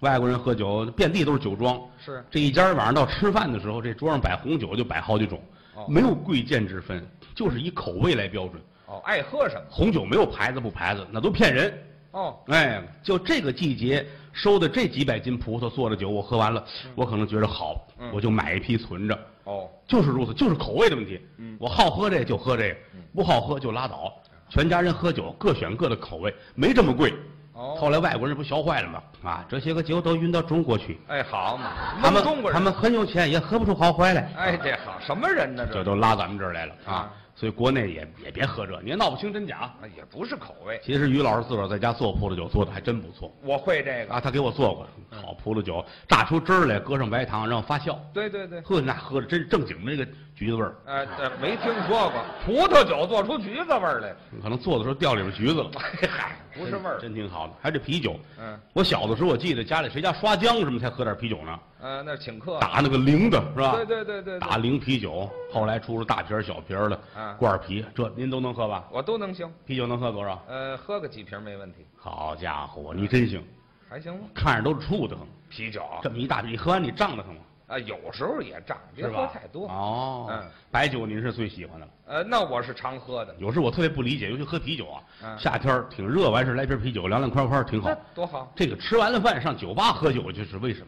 Speaker 1: 外国人喝酒遍地都是酒庄，
Speaker 2: 是
Speaker 1: 这一家晚上到吃饭的时候，这桌上摆红酒就摆好几种，
Speaker 2: 哦
Speaker 1: 没有贵贱之分，就是以口味来标准。
Speaker 2: 哦，爱喝什么？
Speaker 1: 红酒没有牌子不牌子，那都骗人。
Speaker 2: 哦，
Speaker 1: 哎，就这个季节收的这几百斤葡萄做的酒，我喝完了，我可能觉得好，
Speaker 2: 嗯
Speaker 1: 我就买一批存着，
Speaker 2: 哦，
Speaker 1: 就是如此，就是口味的问题。
Speaker 2: 嗯
Speaker 1: 我好喝这个就喝这个，不好喝就拉倒。全家人喝酒各选各的口味，没这么贵。
Speaker 2: 哦，
Speaker 1: 后来外国人不学坏了吗？啊，这些个酒都运到中国去，
Speaker 2: 哎，好嘛，
Speaker 1: 他们
Speaker 2: 中国人，
Speaker 1: 他们很有钱，也喝不出好坏来。啊
Speaker 2: 哎，这好什么人呢？
Speaker 1: 这
Speaker 2: 这
Speaker 1: 都拉咱们这儿来了啊
Speaker 2: 啊！
Speaker 1: 所以国内也也别喝这，你也闹不清真假。
Speaker 2: 啊也不是口味，
Speaker 1: 其实于老师自个儿在家做葡萄酒做的还真不错
Speaker 2: 我会这个。
Speaker 1: 啊，他给我做过
Speaker 2: 嗯
Speaker 1: 好葡萄酒，榨出汁儿来，搁上白糖，让发酵，
Speaker 2: 对对对，
Speaker 1: 呵，那喝着真正经那个橘子味儿，啊
Speaker 2: 呃，这没听说过葡萄酒做出橘子味儿来了。
Speaker 1: 可能做的时候掉里边橘子了，
Speaker 2: 嗨，不是味儿。
Speaker 1: 真挺好的。还有这啤酒，
Speaker 2: 嗯，
Speaker 1: 我小的时候我记得家里谁家刷浆什么才喝点啤酒呢，
Speaker 2: 呃，那请客。
Speaker 1: 打那个铃的是吧？
Speaker 2: 对对对对，对
Speaker 1: 打铃啤酒，后来出了大瓶儿小瓶儿的
Speaker 2: 啊，
Speaker 1: 罐儿啤，这您都能喝吧？
Speaker 2: 我都能行。
Speaker 1: 啤酒能喝多少？
Speaker 2: 呃，喝个几瓶没问题，
Speaker 1: 好家伙，你真行，
Speaker 2: 还行吗？
Speaker 1: 看着都是怵得慌。
Speaker 2: 啤酒
Speaker 1: 这么一大瓶，你喝完你胀得慌吗？
Speaker 2: 啊，有时候也胀，别
Speaker 1: 是
Speaker 2: 喝
Speaker 1: 吧？
Speaker 2: 太多。
Speaker 1: 哦，
Speaker 2: 嗯
Speaker 1: 白酒您是最喜欢的了。
Speaker 2: 呃，那我是常喝的，
Speaker 1: 有时我特别不理解，尤其喝啤酒啊，
Speaker 2: 嗯
Speaker 1: 夏天儿挺热，完事儿来瓶啤酒，凉凉快快儿挺好
Speaker 2: 那。多好，
Speaker 1: 这个吃完了饭上酒吧喝酒，这是为什么？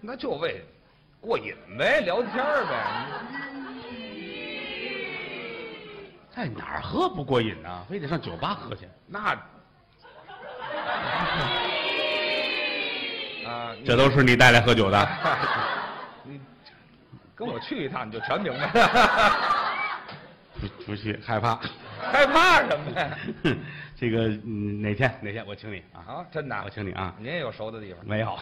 Speaker 2: 那就为过瘾呗，聊天儿呗。
Speaker 1: 在哪儿喝不过瘾呢、非得上酒吧喝去？
Speaker 2: 那啊，你
Speaker 1: 这都是你带来喝酒的。
Speaker 2: 你跟我去一趟，你就全明白了。
Speaker 1: 不不去，害怕。
Speaker 2: 害怕什么呀？
Speaker 1: 这个嗯哪天哪天我请你啊，
Speaker 2: 啊，真的啊
Speaker 1: 我，请你啊。
Speaker 2: 您也有熟的地方
Speaker 1: 没 有，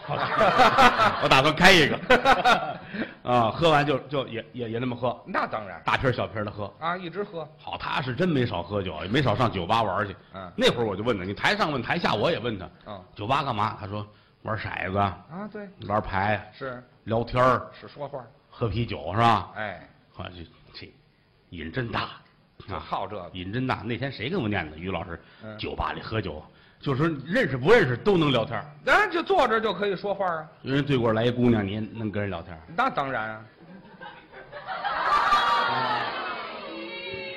Speaker 1: 我打算开一个。啊，喝完就就也也也那么喝，
Speaker 2: 那当然
Speaker 1: 大瓶儿小瓶儿的喝。
Speaker 2: 啊，一直喝。
Speaker 1: 好，他是真没少喝酒，也没少上酒吧玩儿去。
Speaker 2: 嗯
Speaker 1: 那会儿我就问他，你台上问台下，我也问他，
Speaker 2: 嗯
Speaker 1: 酒吧干嘛？他说玩骰子、
Speaker 2: 啊，对，
Speaker 1: 玩牌、
Speaker 2: 是
Speaker 1: 聊天儿
Speaker 2: 是说话，
Speaker 1: 喝啤酒是吧？
Speaker 2: 哎，
Speaker 1: 好啊像就这瘾真大
Speaker 2: 就
Speaker 1: 啊，
Speaker 2: 好这个。
Speaker 1: 瘾真大。那天谁跟我念的？于老师，
Speaker 2: 嗯
Speaker 1: 酒吧里喝酒，就是说认识不认识都能聊天儿。
Speaker 2: 当然就坐这儿就可以说话啊，
Speaker 1: 有人对过来一姑娘，你也能跟人聊天儿？
Speaker 2: 那当然啊，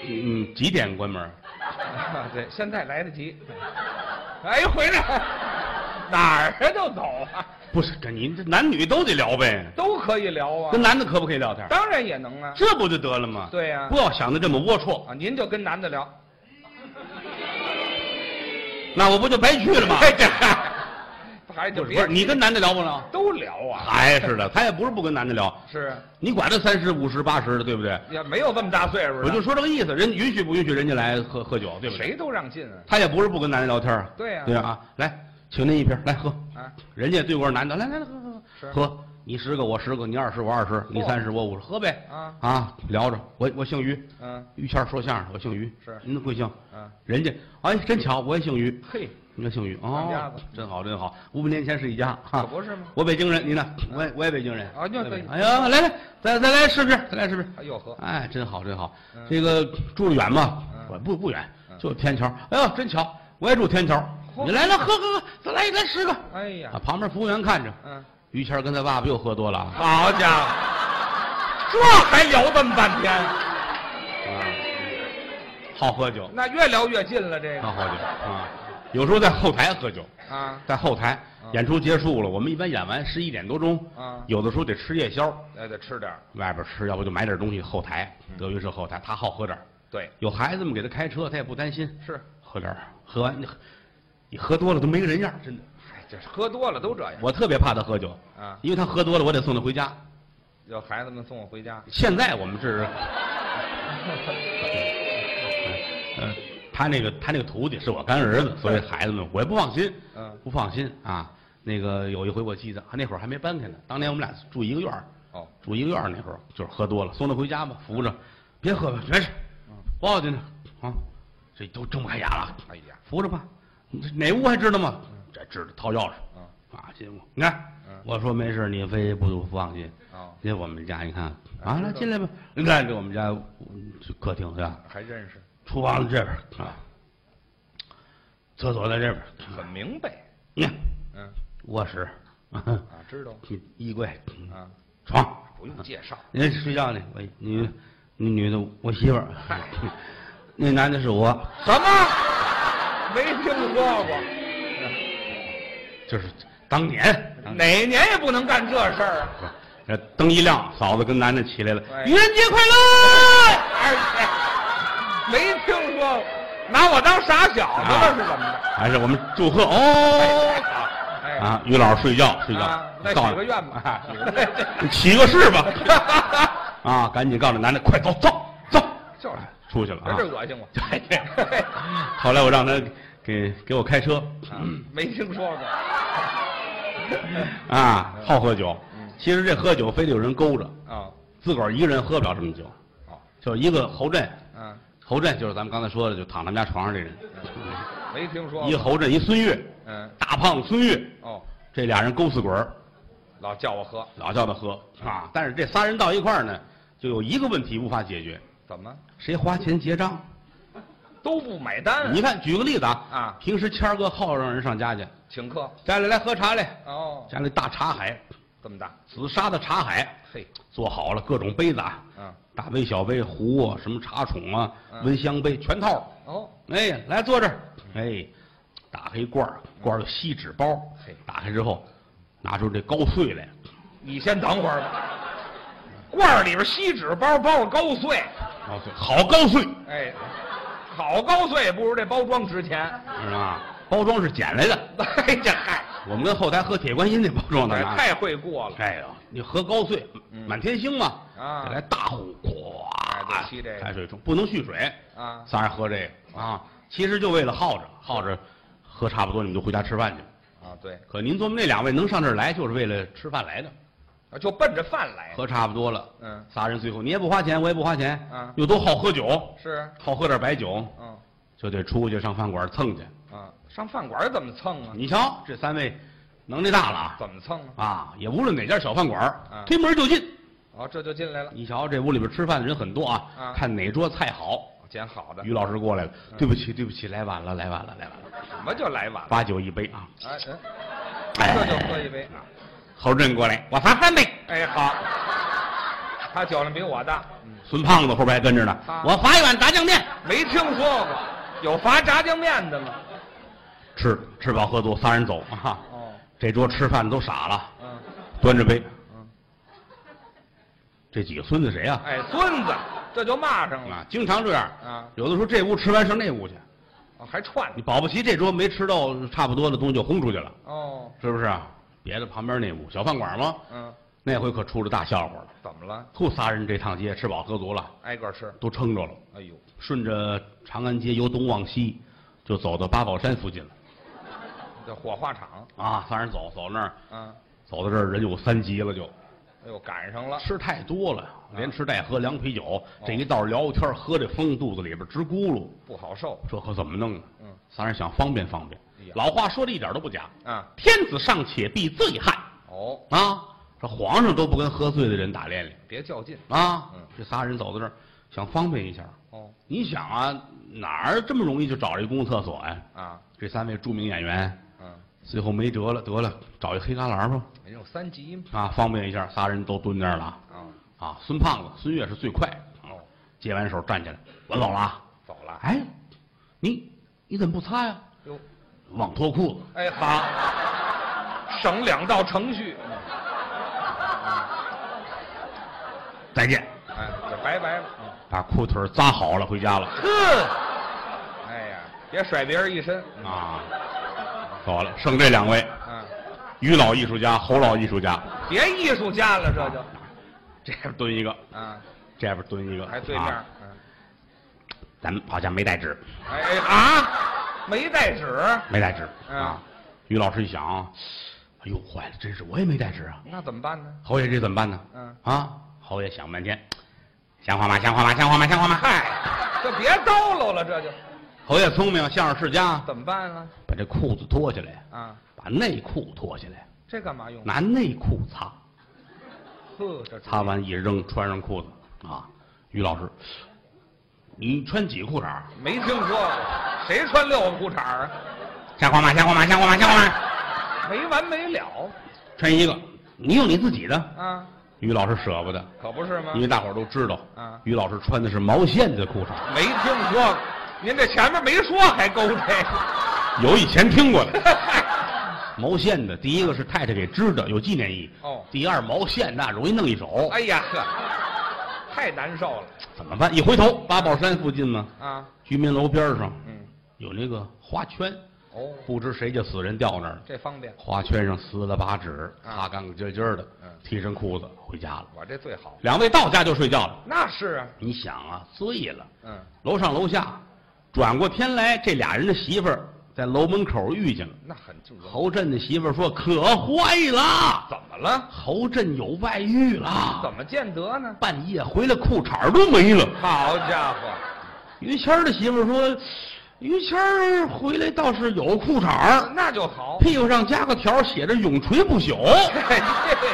Speaker 1: 嗯，嗯几点关门儿？
Speaker 2: 啊 对，现在来得及。哎，回来哪儿啊就走啊，
Speaker 1: 不是，这您这男女都得聊呗，
Speaker 2: 都可以聊啊
Speaker 1: 跟，男的可不可以聊天儿？
Speaker 2: 当然也能啊。
Speaker 1: 这不就得了吗？
Speaker 2: 对啊呀
Speaker 1: 不要想的这么龌龊，
Speaker 2: 啊，您就跟男的聊，
Speaker 1: 那我不就白去了 吗？
Speaker 2: 哎这 还就
Speaker 1: 不是
Speaker 2: 别
Speaker 1: 不是，你跟男的聊不聊？
Speaker 2: 都聊啊，
Speaker 1: 还是的，他也不是不跟男的聊，
Speaker 2: 是
Speaker 1: 你管他三十五十八十的，对不对？
Speaker 2: 也没有这么大岁数的，
Speaker 1: 我就说这个意思，人允许不允许人家来喝喝酒，对不对？
Speaker 2: 谁都让进啊
Speaker 1: 他也不是不跟男的聊天啊。
Speaker 2: 对呀
Speaker 1: 对啊，来，请您一瓶，来喝。
Speaker 2: 啊，
Speaker 1: 人家对过男的，来来来喝喝
Speaker 2: 是哦
Speaker 1: 喝，喝，你十个我十个，你二十我二十，你三十我五十，喝呗。
Speaker 2: 啊
Speaker 1: 啊，聊着，我我姓于，
Speaker 2: 嗯
Speaker 1: 于谦儿说相声，我姓于。
Speaker 2: 是
Speaker 1: 您贵姓？
Speaker 2: 嗯，
Speaker 1: 人家哎，真巧，我也姓于。
Speaker 2: 嘿，
Speaker 1: 你姓于
Speaker 2: 当家
Speaker 1: 哦
Speaker 2: 子，
Speaker 1: 真好真好，五百年前是一家哈，
Speaker 2: 可不是吗
Speaker 1: 我北京人，你呢？我也我也北京人
Speaker 2: 啊那
Speaker 1: 对
Speaker 2: 对
Speaker 1: 哎呀，来来，再再来试试，再来试试。
Speaker 2: 哎呦呵，
Speaker 1: 哎，真好真好
Speaker 2: 嗯，
Speaker 1: 这个住的远吗
Speaker 2: 嗯？
Speaker 1: 我不不远，
Speaker 2: 嗯
Speaker 1: 就天桥。哎呦，真巧，我也住天桥。
Speaker 2: 嚯
Speaker 1: 你来来喝喝喝，再来来十个。
Speaker 2: 哎呀
Speaker 1: 啊，，旁边服务员看着，
Speaker 2: 嗯，
Speaker 1: 于谦儿跟他爸爸又喝多了啊。
Speaker 2: 好家伙， 这还聊这么半天，嗯
Speaker 1: 好喝酒，
Speaker 2: 那越聊越近了，这
Speaker 1: 好
Speaker 2: 个
Speaker 1: 喝酒啊！有时候在后台喝酒，
Speaker 2: 啊，
Speaker 1: 在后台
Speaker 2: 嗯
Speaker 1: 演出结束了，我们一般演完十一点多钟，
Speaker 2: 啊
Speaker 1: 有的时候得吃夜宵，
Speaker 2: 那得吃点儿
Speaker 1: 外边吃，要不就买点东西。后台
Speaker 2: 嗯
Speaker 1: 德云社后台，他好喝点儿
Speaker 2: 对，
Speaker 1: 有孩子们给他开车，他也不担心，
Speaker 2: 是，
Speaker 1: 喝点儿喝完你你喝多了都没个人样儿，真的。
Speaker 2: 哎，这喝多了都这样
Speaker 1: 我特别怕他喝酒，
Speaker 2: 啊。
Speaker 1: 因为他喝多了，我得送他回家。
Speaker 2: 有孩子们送我回家，
Speaker 1: 现在我们这是， 呃，他那个他那个徒弟是我干儿子，所以孩子们我也不放心，
Speaker 2: 嗯，
Speaker 1: 不放心啊。那个有一回我记得，啊那会儿还没搬开呢，当年我们俩住一个院儿，
Speaker 2: 哦，
Speaker 1: 住一个院儿那会儿就是喝多了，送他回家吧，扶着，别喝了，没事，包进去啊，这都睁不开眼了，
Speaker 2: 哎呀，
Speaker 1: 扶着吧，你这哪屋还知道吗？嗯这知道，掏钥匙
Speaker 2: 嗯，
Speaker 1: 啊，进屋，你看
Speaker 2: 嗯，
Speaker 1: 我说没事，你非不放心。
Speaker 2: 哦，
Speaker 1: 这我们家，你看啊，
Speaker 2: 啊
Speaker 1: 来
Speaker 2: 知道
Speaker 1: 进来吧。你看这我们家嗯这客厅是吧？
Speaker 2: 还认识，
Speaker 1: 厨房这边啊，厕所在这边。
Speaker 2: 很明白，
Speaker 1: 你看
Speaker 2: 嗯，
Speaker 1: 卧室
Speaker 2: 啊，知道
Speaker 1: 衣柜、
Speaker 2: 啊，
Speaker 1: 床，
Speaker 2: 不用介绍。
Speaker 1: 人家睡觉呢，我女那女的我媳妇儿， 那男的是我，
Speaker 2: 什么？没听说过，嗯
Speaker 1: 就是当年，当年
Speaker 2: 哪年也不能干这事儿啊！
Speaker 1: 这灯一亮，嫂子跟男的起来了，
Speaker 2: 哎
Speaker 1: 愚人节快乐！
Speaker 2: 哎哎，没听说过，拿我当傻小子了是怎么的？
Speaker 1: 还是我们祝贺哦！
Speaker 2: 啊哎，
Speaker 1: 啊，于老师睡觉睡
Speaker 2: 啊
Speaker 1: 觉，
Speaker 2: 再
Speaker 1: 告
Speaker 2: 许
Speaker 1: 诉
Speaker 2: 个
Speaker 1: 你
Speaker 2: 愿吧
Speaker 1: 啊，你起个 誓吧！啊，赶紧告诉男的，快走走走，
Speaker 2: 就是
Speaker 1: 出去了
Speaker 2: 这
Speaker 1: 啊
Speaker 2: 是！恶 心我。
Speaker 1: 哎对后来我让他给给我开车，
Speaker 2: 啊没听说过。
Speaker 1: 啊，好喝酒。
Speaker 2: 嗯
Speaker 1: 其实这喝酒非得有人勾着，
Speaker 2: 啊，
Speaker 1: 自个儿一个人喝不了这么酒。
Speaker 2: 哦，
Speaker 1: 就一个侯震，
Speaker 2: 嗯，
Speaker 1: 侯震就是咱们刚才说的，就躺他们家床上这人，
Speaker 2: 没听说
Speaker 1: 一个
Speaker 2: 过。
Speaker 1: 侯震，一孙越，
Speaker 2: 嗯，
Speaker 1: 大胖子孙越，
Speaker 2: 哦，
Speaker 1: 这俩人勾四滚儿，
Speaker 2: 老叫我喝，
Speaker 1: 老叫他喝啊。但是这仨人到一块儿呢，就有一个问题无法解决，
Speaker 2: 怎么
Speaker 1: 谁花钱结账？
Speaker 2: 都不买单？
Speaker 1: 你看，举个例子啊，
Speaker 2: 啊，
Speaker 1: 平时谦儿哥好让人上家去，
Speaker 2: 请客。
Speaker 1: 家里来喝茶来，
Speaker 2: 哦，
Speaker 1: 家里大茶海，
Speaker 2: 这么大，
Speaker 1: 紫砂的茶海
Speaker 2: 嘿，
Speaker 1: 做好了，各种杯子啊，
Speaker 2: 嗯，
Speaker 1: 大杯、小杯、壶啊，什么茶宠啊、
Speaker 2: 嗯
Speaker 1: 温香杯，全套。
Speaker 2: 哦，
Speaker 1: 哎，来坐这儿。
Speaker 2: 嗯
Speaker 1: 哎，打开一罐儿，罐儿有锡纸包
Speaker 2: 嘿，
Speaker 1: 打开之后，拿出这高碎来，
Speaker 2: 你先等会儿吧。罐儿里边锡纸包包着高碎，
Speaker 1: 高碎，好高碎，
Speaker 2: 哎，好高碎不如这包装值钱。
Speaker 1: 知道吗？包装是捡来的，
Speaker 2: 哎呀嗨，
Speaker 1: 我们跟后台喝铁观音那包装的
Speaker 2: 这
Speaker 1: 拿。
Speaker 2: 哎太会过了。
Speaker 1: 哎呦，你喝高碎，
Speaker 2: 嗯
Speaker 1: 满天星嘛，
Speaker 2: 啊
Speaker 1: 再来大壶，
Speaker 2: 哎
Speaker 1: 咵，
Speaker 2: 对沏这个
Speaker 1: 开水冲，不能蓄水，
Speaker 2: 啊，
Speaker 1: 仨人喝这个啊，其实就为了耗着，耗着喝差不多你们就回家吃饭去。
Speaker 2: 啊对，
Speaker 1: 可您琢磨那两位能上这儿来，就是为了吃饭来的，
Speaker 2: 啊就奔着饭来。
Speaker 1: 喝差不多了，
Speaker 2: 嗯，
Speaker 1: 仨人最后你也不花钱，我也不花钱，
Speaker 2: 啊
Speaker 1: 又都好喝酒，
Speaker 2: 是，
Speaker 1: 好喝点白酒，
Speaker 2: 嗯，
Speaker 1: 就得出去上饭馆蹭去。
Speaker 2: 啊，上饭馆怎么蹭啊？
Speaker 1: 你瞧这三位能耐大了啊
Speaker 2: 怎么蹭啊？
Speaker 1: 啊，也无论哪家小饭馆
Speaker 2: 啊，
Speaker 1: 推门就进。
Speaker 2: 哦，这就进来了，
Speaker 1: 你瞧这屋里边吃饭的人很多啊
Speaker 2: 啊，嗯
Speaker 1: 看哪桌菜好。
Speaker 2: 哦捡好的。
Speaker 1: 于老师过来了，对不起，对不起，来晚了，来晚了，来晚了，
Speaker 2: 什么就来晚了？
Speaker 1: 八九一杯啊。
Speaker 2: 哎，哎
Speaker 1: 哎
Speaker 2: 这就喝一杯。啊
Speaker 1: 侯震过来，我罚三杯。啊
Speaker 2: 哎，好，他酒量比我大，嗯
Speaker 1: 孙胖子后边还跟着呢
Speaker 2: 啊，
Speaker 1: 我罚一碗炸酱面。
Speaker 2: 没听说过，有发炸酱面的吗？
Speaker 1: 吃吃饱喝足，仨人走啊。
Speaker 2: 哦，
Speaker 1: 这桌吃饭都傻了，
Speaker 2: 嗯
Speaker 1: 端着杯，
Speaker 2: 嗯，
Speaker 1: 这几个孙子谁呀、
Speaker 2: 哎，孙子，这就骂上了
Speaker 1: 啊，经常这样。
Speaker 2: 啊，
Speaker 1: 有的时候这屋吃完上那屋去，
Speaker 2: 哦还串
Speaker 1: 你保不齐这桌没吃到差不多的东西就轰出去了，
Speaker 2: 哦，
Speaker 1: 是不是啊？别的旁边那屋小饭馆吗？
Speaker 2: 嗯，
Speaker 1: 那回可出了大笑话了。
Speaker 2: 怎么了？
Speaker 1: 后仨人这趟街吃饱喝足了，
Speaker 2: 挨个吃，
Speaker 1: 都撑着了，
Speaker 2: 哎呦，
Speaker 1: 顺着长安街由东往西，就走到八宝山附近了。
Speaker 2: 这火化场，
Speaker 1: 啊，仨人走走那儿，
Speaker 2: 嗯，
Speaker 1: 走到这儿人有三急了就，
Speaker 2: 哎呦，赶上了，
Speaker 1: 吃太多了，连吃带喝凉啤酒，这一道聊天喝这风，肚子里边直咕噜，
Speaker 2: 不好受，
Speaker 1: 这可怎么弄呢？
Speaker 2: 嗯，
Speaker 1: 仨人想方便方便
Speaker 2: 哎呀，
Speaker 1: 老话说的一点都不假，
Speaker 2: 啊，
Speaker 1: 天子尚且必自己害
Speaker 2: 哦，
Speaker 1: 啊！这皇上都不跟喝醉的人打连连
Speaker 2: 别较劲，
Speaker 1: 啊
Speaker 2: 嗯！
Speaker 1: 这仨人走到这儿，想方便一下。
Speaker 2: 哦，
Speaker 1: 你想啊，哪儿这么容易就找一公共厕所呀、
Speaker 2: 啊，
Speaker 1: 这三位著名演员
Speaker 2: 嗯，
Speaker 1: 最后没辙了，得了，找一黑旮旯吧，
Speaker 2: 人有三级嘛，
Speaker 1: 啊，方便一下。仨人都蹲那儿了
Speaker 2: 啊，
Speaker 1: 啊。孙胖子、孙越是最快，
Speaker 2: 哦，
Speaker 1: 接完手站起来，我走了啊。
Speaker 2: 走了，
Speaker 1: 哎，你你怎么不擦呀、
Speaker 2: 哟，
Speaker 1: 忘脱裤子，
Speaker 2: 哎，好，省两道程序，
Speaker 1: 再见，
Speaker 2: 哎，就拜拜了。嗯
Speaker 1: 把裤腿儿扎好了，回家了
Speaker 2: 呵，哎呀，别甩别人一身
Speaker 1: 啊。走了，剩这两位，
Speaker 2: 啊！
Speaker 1: 于老艺术家，侯老艺术家，
Speaker 2: 别艺术家了，这就
Speaker 1: 这边蹲一个，
Speaker 2: 啊，
Speaker 1: 这边蹲一个，
Speaker 2: 还对面，
Speaker 1: 啊
Speaker 2: 嗯
Speaker 1: 咱们好像没带纸，
Speaker 2: 哎哎啊，没带纸，
Speaker 1: 没带纸
Speaker 2: 嗯
Speaker 1: 啊。于老师一想，哎呦，坏了，真是我也没带纸啊。
Speaker 2: 那怎么办呢？
Speaker 1: 侯爷这怎么办呢？
Speaker 2: 嗯，
Speaker 1: 啊，侯爷想半天，像话吗？像话吗？像话吗？像话吗？嗨，
Speaker 2: 就别叨叨了，这就
Speaker 1: 侯爷聪明，相声世家，
Speaker 2: 怎么办啊？
Speaker 1: 把这裤子脱下来，
Speaker 2: 啊，
Speaker 1: 把内裤脱下来，
Speaker 2: 这干嘛用？
Speaker 1: 拿内裤擦，
Speaker 2: 呵，这主意
Speaker 1: 擦完一扔，穿上裤子啊。于老师，你穿几裤衩儿？
Speaker 2: 没听说过，谁穿六个裤衩儿
Speaker 1: 像话吗？像话吗？像话吗？像话吗？
Speaker 2: 啊？没完没了，
Speaker 1: 抻一个，你有你自己的。
Speaker 2: 啊，
Speaker 1: 于老师舍不得，
Speaker 2: 可不是吗
Speaker 1: 因？为大伙儿都知道，
Speaker 2: 啊
Speaker 1: 于老师穿的是毛线的裤衩，
Speaker 2: 没听说过，您这前面没说还勾这个，
Speaker 1: 有以前听过的。
Speaker 2: 嗨，
Speaker 1: 毛线的，第一个是太太给织的，有纪念意义。
Speaker 2: 哦
Speaker 1: 第二，毛线那容易弄一手，
Speaker 2: 哎呀呵，太难受了
Speaker 1: 怎么办？一回头，八宝山附近呢，
Speaker 2: 啊，
Speaker 1: 居民楼边上
Speaker 2: 嗯，
Speaker 1: 有那个花圈，
Speaker 2: 哦，
Speaker 1: 不知谁家死人掉那儿了。
Speaker 2: 这方便，
Speaker 1: 花圈上撕了把纸，
Speaker 2: 啊
Speaker 1: 擦干干净净的
Speaker 2: 嗯，
Speaker 1: 提上裤子回家了。
Speaker 2: 我这最好，
Speaker 1: 两位到家就睡觉了。
Speaker 2: 那是啊，
Speaker 1: 你想啊，醉了，
Speaker 2: 嗯，
Speaker 1: 楼上楼下，转过天来，这俩人的媳妇儿在楼门口遇见了。
Speaker 2: 那很正常。
Speaker 1: 侯震的媳妇儿说：“可坏了，
Speaker 2: 怎么了？
Speaker 1: 侯震有外遇
Speaker 2: 怎
Speaker 1: 了，
Speaker 2: 么见得呢？
Speaker 1: 半夜回来裤衩儿都没了。”
Speaker 2: 好家伙，
Speaker 1: 于谦儿的媳妇儿说：“于谦儿回来倒是有裤衩儿，
Speaker 2: 那就好。
Speaker 1: 屁股上加个条儿，写着‘永垂不朽’。
Speaker 2: 嘿嘿嘿